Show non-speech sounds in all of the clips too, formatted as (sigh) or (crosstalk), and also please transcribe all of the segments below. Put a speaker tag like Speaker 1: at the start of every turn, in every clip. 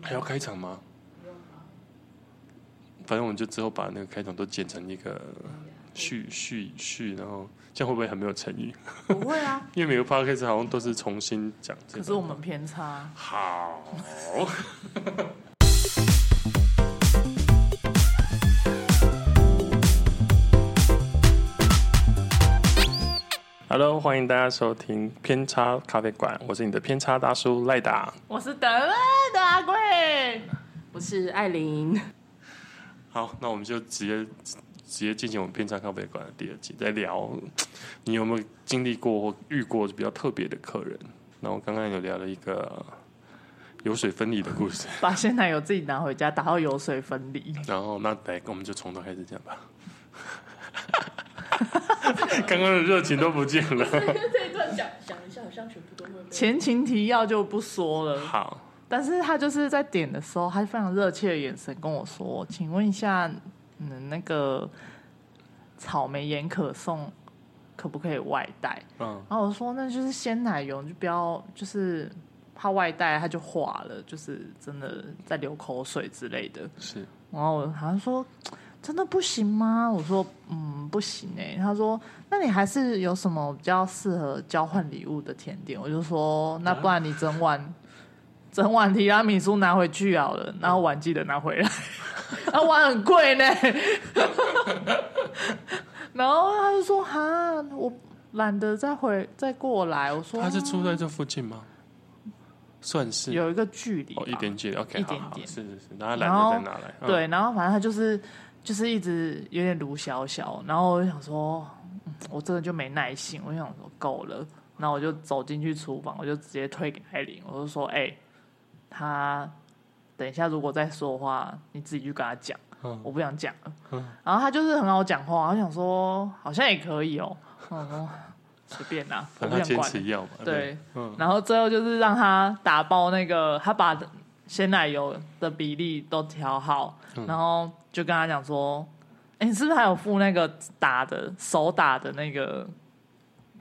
Speaker 1: 还要开场吗？反正我们就之后把那个开场都剪成一个续续续，然后这样会不会很没有诚意？
Speaker 2: 不会啊，
Speaker 1: 因为每个 podcast 好像都是重新讲这
Speaker 2: 可
Speaker 1: 个。
Speaker 2: 是我们偏差。
Speaker 1: 好，Hello，欢迎大家收听偏差咖啡馆，我是你的偏差大叔赖达。
Speaker 2: 我是德文的阿贵，我是艾琳。
Speaker 1: 好，那我们就直接直接进行我们偏差咖啡馆的第二集，再聊你有没有经历过或遇过比较特别的客人？那我刚刚有聊了一个油水分离的故事，
Speaker 2: 把鲜奶油自己拿回家，打到油水分离。
Speaker 1: 然后那来我们就从头开始讲吧。 (laughs) 刚刚的热情都不见了。
Speaker 3: (laughs) 这一段讲讲一下，好像全部都会被。
Speaker 2: 前情提要就不说了，
Speaker 1: 好，
Speaker 2: 但是他就是在点的时候，他非常热切的眼神跟我说：“请问一下，嗯，那个草莓盐可颂可不可以外带？”
Speaker 1: 嗯，
Speaker 2: 然后我说那就是鲜奶油，你就不要就是怕外带它就化了，就是真的在流口水之类的。
Speaker 1: 是，
Speaker 2: 然后我好像说真的不行吗？我说嗯不行哎、他说那你还是有什么比较适合交换礼物的甜点？我就说那不然你整碗。 (laughs) 整碗提拉米苏拿回去好了，然后碗记得拿回来， (laughs) 那碗很贵呢。 (laughs) 然后他就说：“哈，我懒得再回再过来。”我说：“嗯
Speaker 1: 他是住在这附近吗？算是
Speaker 2: 有一个距离吧、
Speaker 1: 哦，一点点，OK，
Speaker 2: 一
Speaker 1: 好
Speaker 2: 点
Speaker 1: 好
Speaker 2: 点
Speaker 1: 是是是，然后懒
Speaker 2: 然后
Speaker 1: 得再拿来，嗯，
Speaker 2: 对，然后反正他就是就是一直有点卢小小，然后我就想说，嗯我真的就没耐心，我就想说够了，然后我就走进去厨房，我就直接推给艾琳，我就说，哎、他等一下如果再说话，你自己去跟他讲，
Speaker 1: 嗯
Speaker 2: 我不想讲了。
Speaker 1: 嗯
Speaker 2: 然后他就是很好讲话，我想说好像也可以哦、嗯，我随便
Speaker 1: (laughs)
Speaker 2: 啦、我
Speaker 1: 反
Speaker 2: 不
Speaker 1: 正他
Speaker 2: 想
Speaker 1: 坚
Speaker 2: 管。
Speaker 1: 持要嘛，
Speaker 2: 对，
Speaker 1: 嗯，
Speaker 2: 然后最后就是让他打包那个，他把鲜奶油的比例都调好，
Speaker 1: 嗯
Speaker 2: 然后就跟他讲说：“哎、你是不是还有附那个打的手打的那个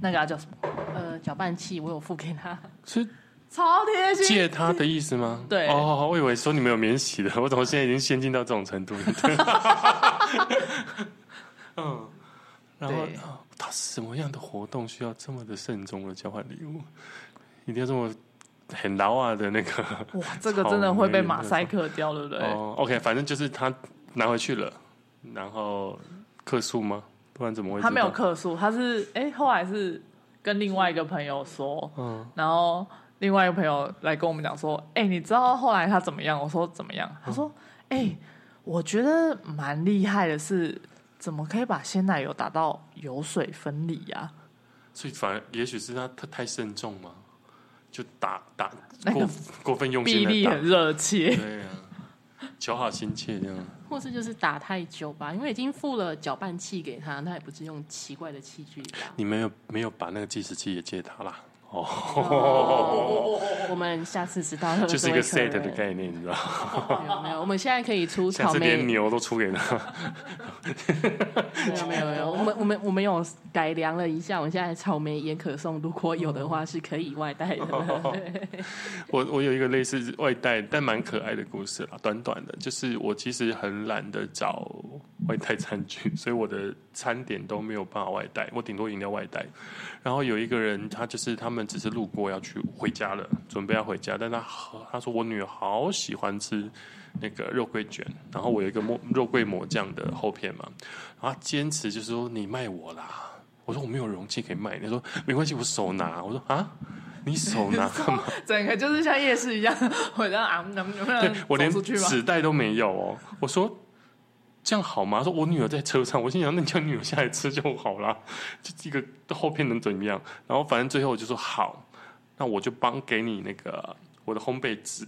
Speaker 2: 那个、啊、叫什么？
Speaker 3: 呃，搅拌器我有付给他，
Speaker 1: 是
Speaker 2: 超贴心。”
Speaker 1: 借他的意思吗？
Speaker 2: (laughs) 对
Speaker 1: 哦，我以为说你们有免洗的，我 (laughs) 怎么现在已经先进到这种程度了？ (laughs) 嗯，然后
Speaker 2: 对
Speaker 1: 啊他什么样的活动需要这么的慎重的交换礼物？一定要这么很老啊的那个？
Speaker 2: 哇，这个真的会被马赛克掉，对不对？
Speaker 1: 哦，OK，反正就是他拿回去了，然后客诉吗？不然怎么会？
Speaker 2: 他没有，客诉，他是哎、后来是跟另外一个朋友说，
Speaker 1: 嗯，
Speaker 2: 然后另外一个朋友来跟我们讲说：“哎、你知道后来他怎么样？”我说：“怎么样？”他说：“
Speaker 1: 嗯
Speaker 2: 哎、我觉得蛮厉害的是，怎么可以把鲜奶油打到油水分离啊呀、
Speaker 1: 所以反而也许是他太太慎重嘛，就打打
Speaker 2: 那个
Speaker 1: 过过分用
Speaker 2: 比
Speaker 1: 心
Speaker 2: 例
Speaker 1: 的打
Speaker 2: 很。热切， (laughs)
Speaker 1: 对呀、求好心切这样。
Speaker 3: 或是就是打太久吧，因为已经付了搅拌器给他，他也不是用奇怪的器具打。
Speaker 1: 你没有没有把那个计时器也借他啦？
Speaker 3: 哦 (laughs) 我们下次知道了，
Speaker 1: 就是一个
Speaker 3: 各位
Speaker 1: set
Speaker 3: 客人
Speaker 1: 的概念，你知道？
Speaker 3: 没有没有，我们现在可以出
Speaker 1: 下
Speaker 3: 草
Speaker 1: 次
Speaker 3: 莓，
Speaker 1: 连
Speaker 3: 没
Speaker 1: 牛都出给他。
Speaker 3: 有没有没有，我们我们我们有改良了一下，我们现在草莓盐可颂，如果有的话是可以外带的。
Speaker 1: (laughs) 我我有一个类似外带但蛮可爱的故事啦，短短的，就是我其实很懒得找外带餐具，所以我的餐点都没有办法外带，我顶多饮料外带。然后有一个人，他就是他们只是路过要去回家了，准备要回家，但他好他说我女儿好喜欢吃那个肉桂卷，然后我有一个墨肉桂抹酱的厚片嘛，然后他坚持就是说你卖我啦。我说我没有容器可以卖，他说没关系，我手拿。我说啊，你手拿干
Speaker 2: (laughs)
Speaker 1: 嘛？
Speaker 2: 整个就是像夜市一样。 (laughs) 我这样啊，能不能
Speaker 1: 对我连
Speaker 2: 走出去吗？
Speaker 1: 纸袋都没有哦。我说这样好吗？他说我女儿在车上，我心想那你叫女儿下来吃就好啦，就这个后片能怎么样？然后反正最后我就说好，那我就帮给你那个我的烘焙
Speaker 2: (laughs)
Speaker 1: 纸，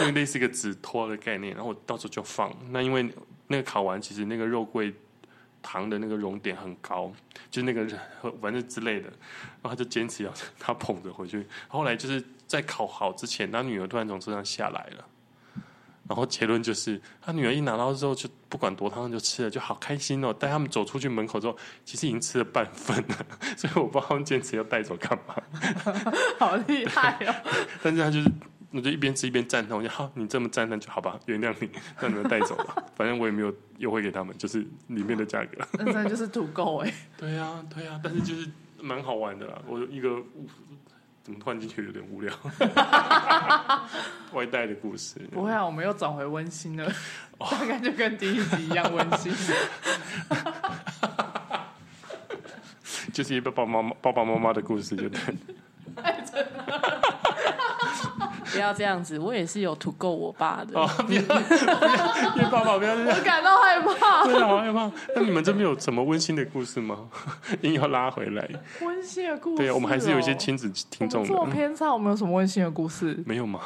Speaker 1: 那个类似一个纸托的概念，然后我到时候就放。那因为那个烤完，其实那个肉桂。糖的那个熔点很高，就是那个反正之类的，然后他就坚持要 (laughs) 他捧着回去。后来就是在烤好之前，他女儿突然从车上下来了，然后结论就是他女儿一拿到之后就不管多烫就吃了，就好开心哦。带他们走出去门口之后，其实已经吃了半份了， (laughs) 所以我不知道他们坚持要带走干嘛。
Speaker 2: 好厉害哦！
Speaker 1: 但是他就是我就一边吃一边赞叹，我就好，你这么赞叹就好吧，原谅你，让你们带走吧，反正我也没有优惠给他们，就是里面的价格。
Speaker 2: 那真的就是土狗哎、
Speaker 1: 对呀、对呀、啊但是就是蛮好玩的啦。我一个怎么突然进去有点无聊， (laughs) 外带的故事。
Speaker 2: 不会啊，我们又转回温馨了，
Speaker 1: 哦
Speaker 2: (laughs) 大概就跟第一集一样温
Speaker 1: (laughs)
Speaker 2: 馨。
Speaker 1: 就是一个爸爸妈妈、爸爸妈妈的故事，就对。
Speaker 3: 不要这样子，我也是有土够我爸
Speaker 1: (laughs)
Speaker 3: 的。
Speaker 1: 哦，不要，不要，因为爸爸不要这样
Speaker 2: 我。感到害怕，
Speaker 1: 对啊，好害怕。那你们这边有什么温馨的故事吗？ (laughs) 硬要拉回来。
Speaker 2: 温馨的故事、
Speaker 1: 对啊，我们还是有一些。亲子听众
Speaker 2: 这么
Speaker 1: 的。嗯
Speaker 2: 偏差，我们有什么温馨的故事？
Speaker 1: 没有吗？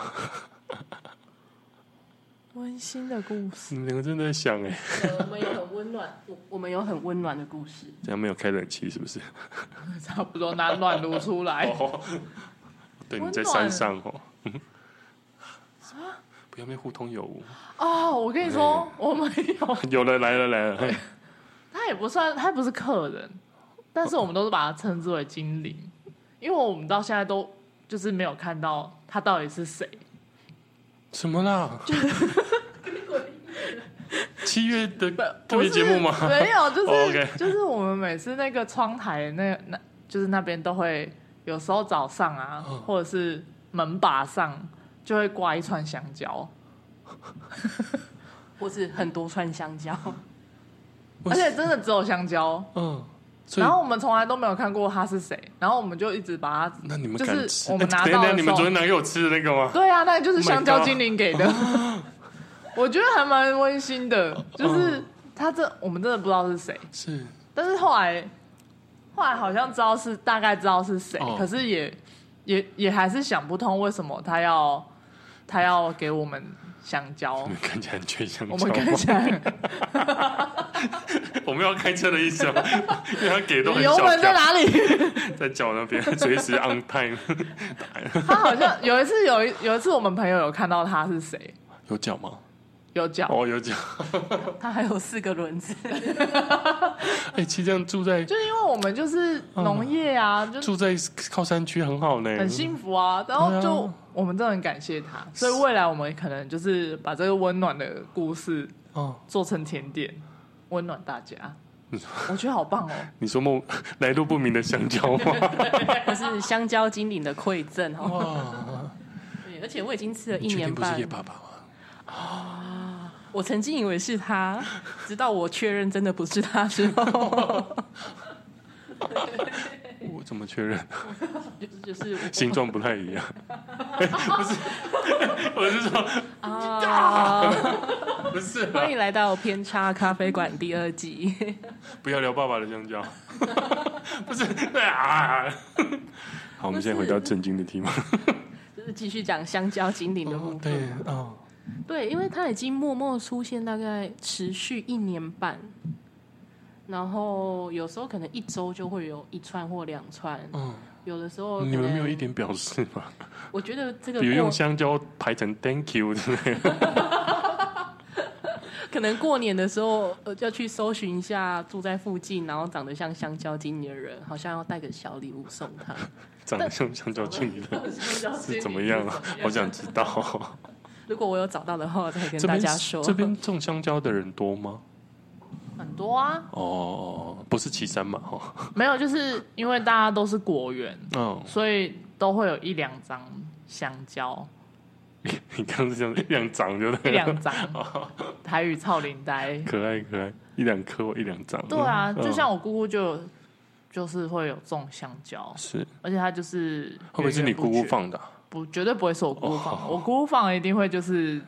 Speaker 2: 温馨的故事，
Speaker 1: 你们两个真的在想哎，
Speaker 3: 我们有很温暖，我我们有很温暖的故事。
Speaker 1: 这样没有开冷气是不是？
Speaker 2: (laughs) 差不多拿暖炉出来。
Speaker 1: 哦，对，你在
Speaker 2: 温暖
Speaker 1: 山上哦。嗯不要被互通有无。
Speaker 2: 哦，我跟你说，我们有，
Speaker 1: (laughs) 有了，来了，来了。
Speaker 2: 哎
Speaker 1: 哎嘿
Speaker 2: 他也不算，他不是客人，但是我们都是把他称之为精灵，因为我们到现在都就是没有看到他到底是谁。
Speaker 1: 什么
Speaker 2: (laughs)
Speaker 1: 啦？七月的 (laughs) 特
Speaker 2: 不
Speaker 1: 别
Speaker 2: 是
Speaker 1: 节目吗？
Speaker 2: 没
Speaker 1: (laughs)
Speaker 2: 有，就是、
Speaker 1: 哦，OK
Speaker 2: 就是我们每次那个窗台那那，就是那边都会有时候早上啊，
Speaker 1: 嗯
Speaker 2: 或者是门把上就会挂一串香蕉，
Speaker 3: 或是很多串香蕉， (laughs)
Speaker 1: 我
Speaker 2: 而且真的只有香蕉。
Speaker 1: 嗯，所以
Speaker 2: 然后我们从来都没有看过他是谁，然后我们就一
Speaker 1: (gasps)
Speaker 2: 直把他，
Speaker 1: 那你们
Speaker 2: 就
Speaker 1: 敢
Speaker 2: 是
Speaker 1: 吃？
Speaker 2: 我们
Speaker 1: 哎
Speaker 2: 拿
Speaker 1: 等一下
Speaker 2: 到的
Speaker 1: 你
Speaker 2: 时
Speaker 1: 们
Speaker 2: 候
Speaker 1: 昨天拿给我吃的那个吗？
Speaker 2: 对啊，那就是
Speaker 1: Oh my
Speaker 2: 香蕉
Speaker 1: God
Speaker 2: 精灵给的， (laughs) 我觉得还蛮温馨的，
Speaker 1: 嗯
Speaker 2: 就是他这我们真的不知道是谁，
Speaker 1: 是
Speaker 2: 但是后来，后来好像知道是大概知道是谁，
Speaker 1: 哦
Speaker 2: 可是也也也还是想不通为什么他要他要给我们香蕉
Speaker 1: 你。们看起来很缺香蕉
Speaker 2: 我
Speaker 1: 吗。
Speaker 2: 们看起来
Speaker 1: (laughs) 我们要开车的意思
Speaker 2: (laughs)
Speaker 1: 吗？因为他给都很
Speaker 2: 油
Speaker 1: 小
Speaker 2: 门在
Speaker 1: 票，
Speaker 2: 哪里？
Speaker 1: 在脚那
Speaker 2: (laughs)
Speaker 1: 边，随时 on time。
Speaker 2: 他好像有一次有一有一次我们朋友有看到他是谁，
Speaker 1: 有脚吗？
Speaker 2: 有讲，
Speaker 1: 哦，有脚。
Speaker 3: 它还有四个轮 (laughs) 子。
Speaker 1: 哎，其实这样住在
Speaker 2: 就是因为我们就是农业啊，就
Speaker 1: 嗯住在靠山区很好呢，
Speaker 2: 很幸福啊，然后
Speaker 1: 对
Speaker 2: 就
Speaker 1: 啊
Speaker 2: 我们真的很感谢他，所以未来我们可能就是把这个温暖的故事
Speaker 1: 哦。
Speaker 2: 做成甜点，温暖大 (laughs) 家。我觉得好棒哦！
Speaker 1: 你说梦 (laughs) 来路不明的香蕉吗？
Speaker 3: 可是香蕉精灵的馈赠哦。
Speaker 1: 哇，
Speaker 3: 对，而且我已经吃了
Speaker 1: 你
Speaker 3: 一
Speaker 1: 确
Speaker 3: 年
Speaker 1: 定不是
Speaker 3: 半
Speaker 1: 叶。爸爸吗？
Speaker 3: 我曾经以为是他，直到我确认真的不是他之后，
Speaker 1: 我怎么确认？
Speaker 3: 就是就是
Speaker 1: 形状不太一 (laughs) 样。不是，我是说
Speaker 3: 我啊！ (laughs)
Speaker 1: 不是啊
Speaker 3: 欢迎来到偏差咖啡馆第二集。
Speaker 1: 不要聊爸爸的香蕉。 (laughs) 不是，对啊。好，我们现在回到正经的题目。
Speaker 3: 就是继续讲香蕉精灵的部分。
Speaker 1: 对，哦，
Speaker 3: 对，因为它已经默默出现，大概持续一年半，然后有时候可能一周就会有一串或两串，
Speaker 1: 嗯，
Speaker 3: 有的时候
Speaker 1: 你
Speaker 3: 可
Speaker 1: 们
Speaker 3: 能
Speaker 1: 没有一，点表示吗？
Speaker 3: 我觉得这个
Speaker 1: 比如用
Speaker 3: 过
Speaker 1: 香蕉排成 Thank you 之类的。
Speaker 3: 可能过年的时候呃要去搜寻一下住在附近，然后长得像香蕉精灵的人，好像要带个小礼物送
Speaker 2: (laughs)
Speaker 3: 他。
Speaker 1: 长得像香蕉精灵的
Speaker 3: 香蕉精
Speaker 1: 是
Speaker 3: 灵
Speaker 1: 怎么样
Speaker 2: (laughs)
Speaker 1: 啊？好想知道。
Speaker 3: 如果我有找到的话，我再跟
Speaker 1: 这
Speaker 3: 大
Speaker 1: 边
Speaker 3: 家说。
Speaker 1: 这边种香蕉的人多吗？
Speaker 2: 很多啊，
Speaker 1: 哦，不是岐山嘛？哦，
Speaker 2: 没有，就是因为大家都是果园，
Speaker 1: 嗯，
Speaker 2: 所以都会有一两张香蕉，
Speaker 1: (laughs) 你刚刚是这样一两掌就
Speaker 2: 一
Speaker 1: 对了
Speaker 2: 两，张
Speaker 1: 哦
Speaker 2: 台语操领带。
Speaker 1: 可爱可爱，一两颗我一两掌。
Speaker 2: 对啊，
Speaker 1: 嗯
Speaker 2: 就像我姑姑就有就是会有种香蕉，
Speaker 1: 是
Speaker 2: 而且她就是
Speaker 1: 会不会是你姑
Speaker 2: 源
Speaker 1: 姑
Speaker 2: 源
Speaker 1: 放的啊？
Speaker 2: 不绝？不，绝对不会是我姑姑放的，我姑姑放的一定会就是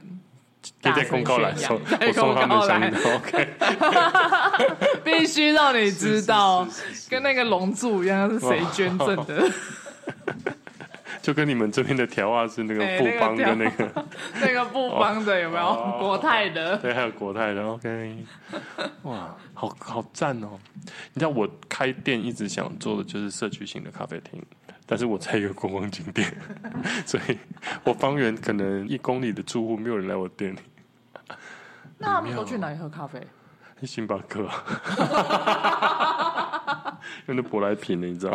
Speaker 1: 可以在哦公告栏说，
Speaker 2: 大声宣扬
Speaker 1: 我送他们香
Speaker 2: (laughs)
Speaker 1: 蕉。OK，
Speaker 2: 必须让你知道，
Speaker 1: 是是是哦
Speaker 2: 跟那个龙柱一样是谁捐赠的。
Speaker 1: 就跟你们这边的条啊是那个
Speaker 2: 哎
Speaker 1: 富
Speaker 2: 那个
Speaker 1: 邦
Speaker 2: 条
Speaker 1: 跟那
Speaker 2: (laughs)
Speaker 1: 个，
Speaker 2: (laughs) 那个布帮的有没有
Speaker 1: 哦？
Speaker 2: 国泰的，
Speaker 1: 对，还有国泰的。OK，哇，好好赞哦！你知道我开店一直想做的就是社区型的咖啡厅，但是我在一个观光景点， (laughs) 所以我方圆可能一公里的住户没有人来我店里。
Speaker 2: 那他们都去哪里喝咖啡？
Speaker 1: 星巴克，用那舶来品的，你知道？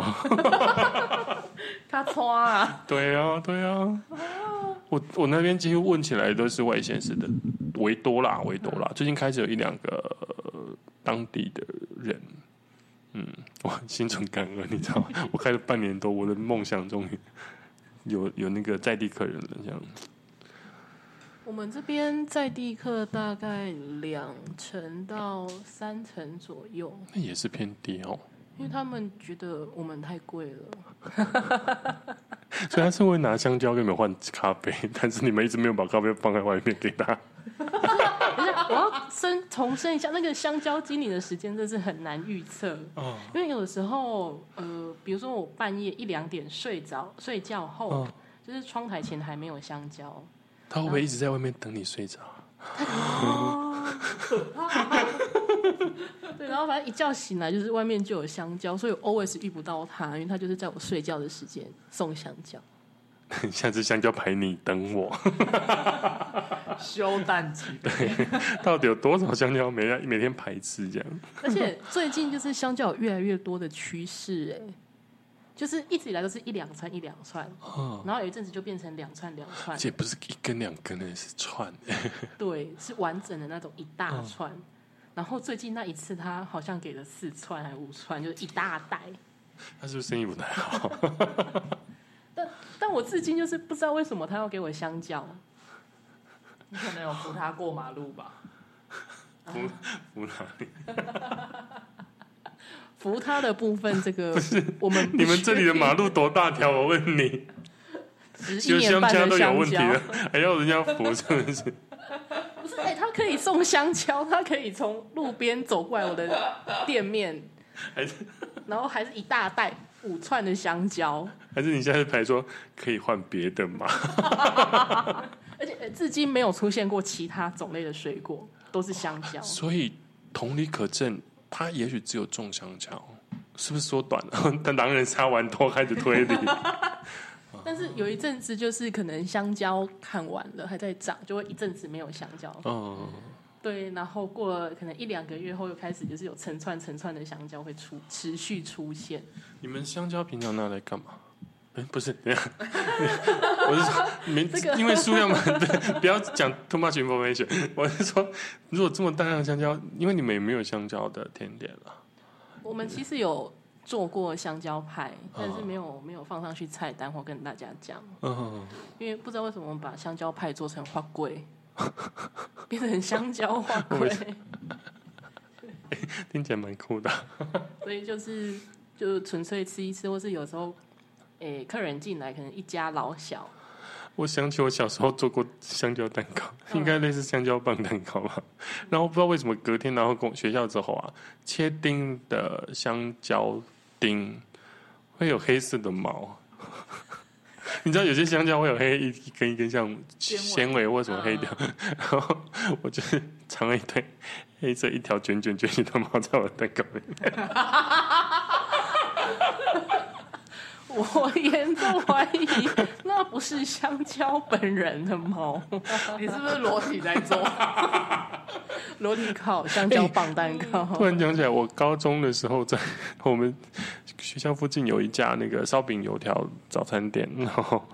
Speaker 2: 他穿啊，
Speaker 1: 对啊，对啊，我我我那边几乎问起来都是外县市的，维多啦，维多啦。最近开始有一两个、呃当地的人，嗯，我心存感恩，你知道吗？ (laughs) 我开了半年多，我的梦想终于有有那个在地客人了，这样。
Speaker 3: 我们这边在地客大概两成到三成左右，
Speaker 1: 那也是偏低哦，
Speaker 3: 因为他们觉得我们太贵了。
Speaker 1: 所以他是会拿香蕉跟你们换咖啡，但是你们一直没有把咖啡放在外面给他。
Speaker 3: 我要申重申一下，那个香蕉经理的时间真是很难预测，
Speaker 1: 哦
Speaker 3: 因为有的时候，呃，比如说我半夜一两点睡着睡觉后，
Speaker 1: 嗯
Speaker 3: 就是窗台前还没有香蕉，
Speaker 1: 他会不会一直在外面等你睡着？
Speaker 3: 对，然后反正一觉醒来就是外面就有香蕉，所以我 always 遇不到他，因为他就是在我睡觉的时间送香蕉。
Speaker 1: (laughs) 下次香蕉排你等我， (laughs)
Speaker 2: 修蛋鸡
Speaker 1: 到底有多少香蕉每每天排斥这样？
Speaker 3: 而且最近就是香蕉有越来越多的趋势，哎，就是一直以来都是一两串一两串，
Speaker 1: 哦，
Speaker 3: 然后有一阵子就变成两串两串
Speaker 1: 而，且不是一根两根的，是串欸的。
Speaker 3: 对，是完整的那种一
Speaker 1: 嗯
Speaker 3: 大串。然后最近那一次，他好像给了四串还五串，就是一大袋。
Speaker 1: 他是不是生意不太 (laughs) 好？
Speaker 3: 但我至今就是不知道为什么他要给我香蕉，
Speaker 2: 你可能有扶他过马路吧？
Speaker 1: 不
Speaker 3: (laughs)
Speaker 1: 不哪里？
Speaker 3: 扶他的部分，这个我们不
Speaker 1: 你们这里的
Speaker 3: 确定
Speaker 1: 马路多大条？我问
Speaker 3: (laughs)
Speaker 1: 你，
Speaker 3: 十一
Speaker 1: 就
Speaker 3: 年
Speaker 1: 香
Speaker 3: 半
Speaker 1: 蕉
Speaker 3: 的
Speaker 1: 都有
Speaker 3: 香
Speaker 1: 问题
Speaker 3: 蕉
Speaker 1: 了，， (laughs) 还要人家扶，真的是。
Speaker 3: 不是哎、他可以送香蕉，他可以从路边走过来我的店面，
Speaker 1: 还是
Speaker 3: 然后还是一大袋五串的香蕉，
Speaker 1: 还是你下次排说可以换别的吗？
Speaker 3: 而且、呃至今没有出现过其他种类的水果，都是香
Speaker 1: (laughs)
Speaker 3: 蕉。
Speaker 1: 所以同理可证，他也许只有种香蕉，是不是缩短了？ (laughs) 但狼人杀完多开始推 (laughs) 理，
Speaker 3: 但是有一阵子就是可能香蕉看完了还在长，就会一阵子没有香蕉。
Speaker 1: 嗯，
Speaker 3: 对，然后过了可能一两个月后又开始就是有成串成串的香蕉会出持续出现。
Speaker 1: 你们香蕉平常拿来干嘛？哎、不 (laughs) 是，等一下，我是说，你们、
Speaker 3: 这个
Speaker 1: 因为数量嘛，对不要讲 too much information。我是说，如果这么大量的香蕉，因为你们也没有香蕉的甜点啊了，
Speaker 3: 我们其实有做过香蕉派，但是没有没有放上去菜单或跟大家讲，
Speaker 1: 嗯，
Speaker 3: 因为不知道为什么我们把香蕉派做成花龟， (laughs) 变成香蕉花龟，
Speaker 1: 听起来蛮酷的。
Speaker 3: 所以就是就纯粹吃一吃，或是有时候诶、客人进来可能一家老小，
Speaker 1: 我想起我小时候做过香蕉蛋糕，应该类似香蕉棒蛋糕吧。然后不知道为什么隔天，然后跟我学校之后啊，切丁的香蕉丁会有黑色的毛。 (laughs) 你知道有些香蕉会有黑一一根一根像
Speaker 2: 纤
Speaker 1: 纤维或什么黑掉， (laughs) 然后我就是 (laughs) 藏了一堆黑色一条卷卷卷卷的毛在我的蛋糕里。
Speaker 3: 我严重怀疑 (laughs) 那不是香蕉本人的毛，
Speaker 2: 你是不是裸体在做？ (laughs)
Speaker 3: 裸体烤香蕉棒蛋糕。
Speaker 1: (laughs) 突然讲起来，我高中的时候在 (laughs) 我们学校附近有一家那个烧饼油条早餐店，然后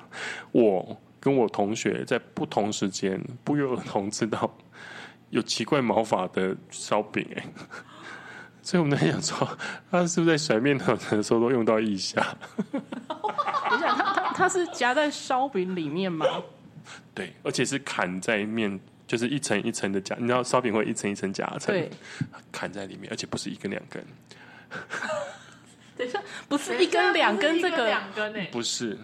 Speaker 1: 我跟我同学在不同时间不约而同吃到有奇怪毛发的烧饼、哎， (laughs) 所以我们在想说，他是不是在甩面条的时候都用到腋下？
Speaker 3: (laughs) 等一下，它它它是夹在烧饼里面吗？
Speaker 1: 对，而且是砍在面，就是一层一层的夹，你知道烧饼会一层一层夹层，
Speaker 3: 对，
Speaker 1: 砍在里面，而且不是一根两根，
Speaker 3: 等一下，不是一根两根这个，
Speaker 2: 两根欸诶，
Speaker 1: 不是，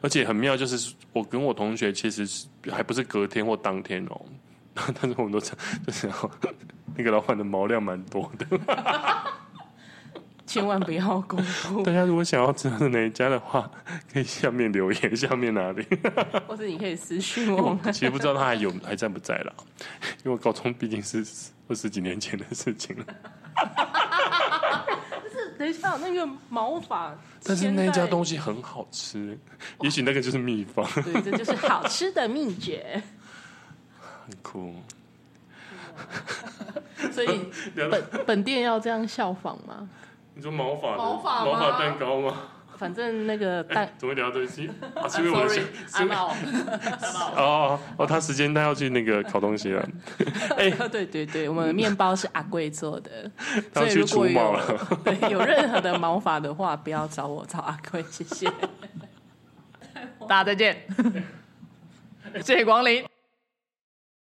Speaker 1: 而且很妙，就是我跟我同学其实是还不是隔天或当天哦， (laughs) 但是我们都知道就是要 (laughs) 那个老板的毛量蛮多的。
Speaker 3: 千万不要公 (laughs) 布，
Speaker 1: (laughs) 大家如果想要知道是哪一家的话，可以下面留言，下面哪里？
Speaker 3: 或者你可以私讯
Speaker 1: 因为
Speaker 3: 我
Speaker 1: 我
Speaker 3: 们。
Speaker 1: (laughs) 其实不知道他还有还在不在啦，因为我高中毕竟是二十几年前的事情 (laughs) 了。
Speaker 3: 等一下，那个毛发，
Speaker 1: 但是那一家东
Speaker 3: 西，
Speaker 1: 西很好吃，也许那个就是秘方， (laughs)
Speaker 3: 对，这就是好吃的秘诀。
Speaker 1: 很酷。
Speaker 3: 所以本本店要这样效仿吗？
Speaker 1: 你说毛发的
Speaker 2: 毛发吗
Speaker 1: 毛发蛋糕吗？
Speaker 3: 反正那个蛋， (laughs)
Speaker 1: 怎么会聊到这一期？啊，是因为我的
Speaker 3: I'm sorry，
Speaker 1: 是因
Speaker 3: 阿
Speaker 1: 为
Speaker 3: 茂，
Speaker 1: 哦哦哦，他时间他要去那个烤东西
Speaker 3: (laughs)
Speaker 1: 了，哎、
Speaker 3: 对对对，我们的面包是阿贵做的，
Speaker 1: 他要
Speaker 3: 所以
Speaker 1: 去
Speaker 3: 如
Speaker 1: 除
Speaker 3: 果
Speaker 1: 毛
Speaker 3: 有
Speaker 1: 了。
Speaker 3: 对有任何的毛发的话，不要找我，找阿 (laughs) 贵，谢谢。
Speaker 2: 大家再见，谢谢光临。